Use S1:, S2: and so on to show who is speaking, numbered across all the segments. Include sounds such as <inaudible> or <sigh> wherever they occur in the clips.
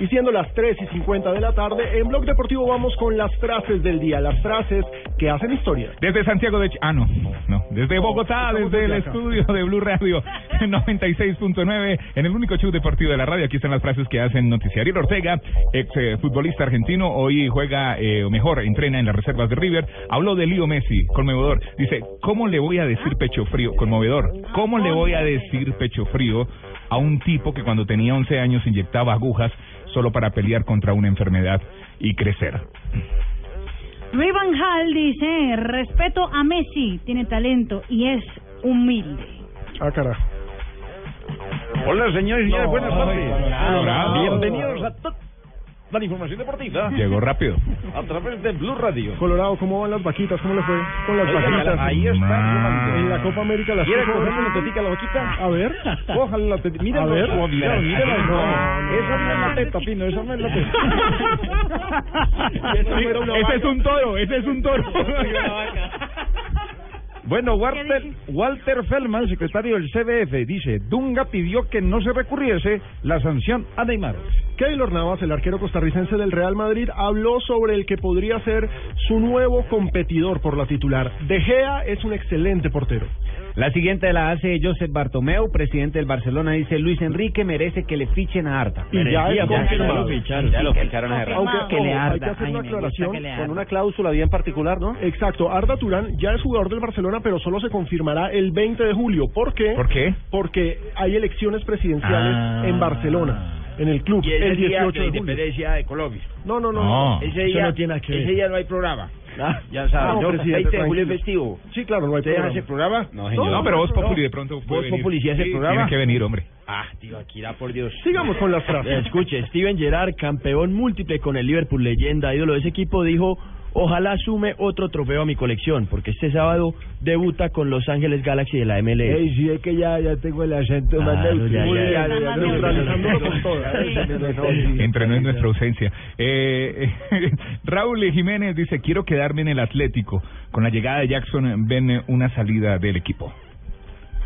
S1: Y siendo las 3 y 50 de la tarde, en Blog Deportivo vamos con las frases del día, las frases que hacen historia.
S2: Desde Santiago de... Ch- Ah, no, no. Desde Bogotá,
S1: estamos
S2: desde el
S1: desde acá.
S2: estudio de Blue <laughs> Radio 96.9, en el único show deportivo de la radio. Aquí están las frases que hacen noticiar. Ariel Ortega, ex eh, futbolista argentino, hoy juega, eh, o mejor, entrena en las reservas de River. Habló de Leo Messi, conmovedor. Dice, ¿cómo le voy a decir pecho frío? Conmovedor. Ah. ¿Cómo le voy a decir pecho frío a un tipo que cuando tenía 11 años inyectaba agujas solo para pelear contra una enfermedad y <laughs> crecer?
S3: Luis Van Gaal dice, respeto a Messi, tiene talento y es humilde.
S1: Ah, carajo.
S4: Hola, señores y señores,
S1: No,
S4: buenas tardes.
S1: no, no,
S2: no, no.
S4: Bienvenidos a toda la información deportiva
S2: Llegó rápido.
S4: a través de Blue Radio.
S1: Colorado, ¿cómo van las vaquitas? ¿Cómo le fue con las
S4: Oiga,
S1: vaquitas?
S4: ahí está
S2: Ma.
S1: En la Copa América las
S4: ¿Quiere
S1: cojo.
S4: coger una tetica a la vaquita?
S1: A ver.
S4: Cójale la tetica. Mira,
S1: A
S4: no,
S1: ver.
S4: mira, mira,
S2: No,
S4: no. Esa no es la teta, Pino, esa no es la teta. Esa no era una vaca.
S2: Ese es un toro, ese es un toro.
S4: Bueno,
S3: ¿Qué
S4: Walter,
S3: dices?
S4: Walter Feldman, secretario del CBF, dice, Dunga pidió que no se recurriese la sanción a Neymar.
S1: Keylor Navas, el arquero costarricense del Real Madrid, habló sobre el que podría ser su nuevo competidor por la titular. De Gea es un excelente portero.
S5: La siguiente la hace Josep Bartomeu, presidente del Barcelona. Dice Luis Enrique merece que le fichen a Arta.
S1: Y ya es confirmado.
S5: Ya lo ficharon a
S3: Gerrard.
S1: Aunque
S3: Confirmado.
S5: Que le
S1: ojo, hay que
S5: arda.
S1: hacer
S5: Ay,
S1: una
S5: me gusta
S1: aclaración
S5: que le
S1: con
S5: arda.
S1: una
S4: cláusula bien particular, ¿no?
S1: Exacto, Arda Turán ya es jugador del Barcelona, pero solo se confirmará el 20 de julio. ¿Por qué?
S2: ¿Por qué?
S1: Porque hay elecciones presidenciales
S2: Ah.
S1: en Barcelona, en el club, el 18 de julio.
S4: de Colombia.
S1: No, no, no.
S2: No.
S4: Ese
S1: Eso
S4: día
S1: no tiene nada que ver.
S4: Ese día no hay programa. Ya
S1: Ah,
S4: sabes,
S1: no,
S4: yo,
S1: presidente,
S4: 20 de julio es
S1: tranquilo.
S4: festivo.
S1: Sí, claro, no hay
S4: ¿Usted
S1: problema.
S4: hace programa? No,
S1: señor.
S2: No, pero vos Populi de pronto
S4: Voz
S2: puede venir.
S4: Populi sí hace
S2: Sí,
S4: programa.
S2: Tiene que venir, hombre.
S4: Ah, tío, aquí da por Dios.
S1: Sigamos con las frases.
S6: Eh, Escuche, Steven Gerrard, campeón múltiple con el Liverpool, leyenda, ídolo de ese equipo, dijo, ojalá sume otro trofeo a mi colección, porque este sábado debuta con Los Ángeles Galaxy de la MLS.
S4: si es que ya, ya tengo el acento
S6: más neutro.
S1: Muy bien,
S3: Ah, ya, ya,
S1: neutralizándolo
S3: ya,
S1: con todo. ¿eh?
S2: Entrenó en nuestra ausencia. Eh, <laughs> eh, Raúl Jiménez dice, quiero quedarme en el Atlético. Con la llegada de Jackson ven eh, una salida del equipo.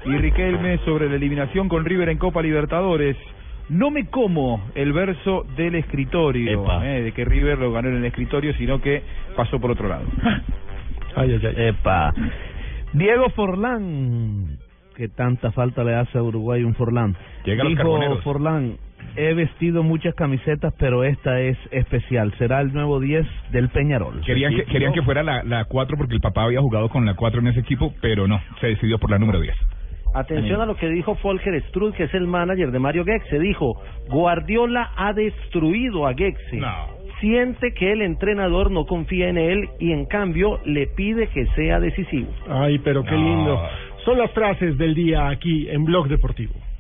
S4: Y Riquelme sobre la eliminación con River en Copa Libertadores. No me como el verso del escritorio,
S6: Epa.
S4: eh, de que River lo ganó en el escritorio, sino que pasó por otro lado.
S1: Ay, ay, ay.
S6: Epa. Diego Forlán, que tanta falta le hace a Uruguay un Forlán.
S2: Llega a los
S6: Dijo
S2: carboneros.
S6: Forlán, he vestido muchas camisetas, pero esta es especial. Será el nuevo 10 del Peñarol.
S2: Querían que, querían que fuera la, la 4 porque el papá había jugado con la 4 en ese equipo, pero no, se decidió por la número 10.
S7: Atención a lo que dijo Folger Strud, que es el manager de Mario Goetze. Dijo, Guardiola ha destruido a Goetze.
S2: No.
S7: Siente que el entrenador no confía en él y en cambio le pide que sea decisivo.
S1: Ay, pero qué lindo.
S2: No.
S1: Son las frases del día aquí en Blog Deportivo.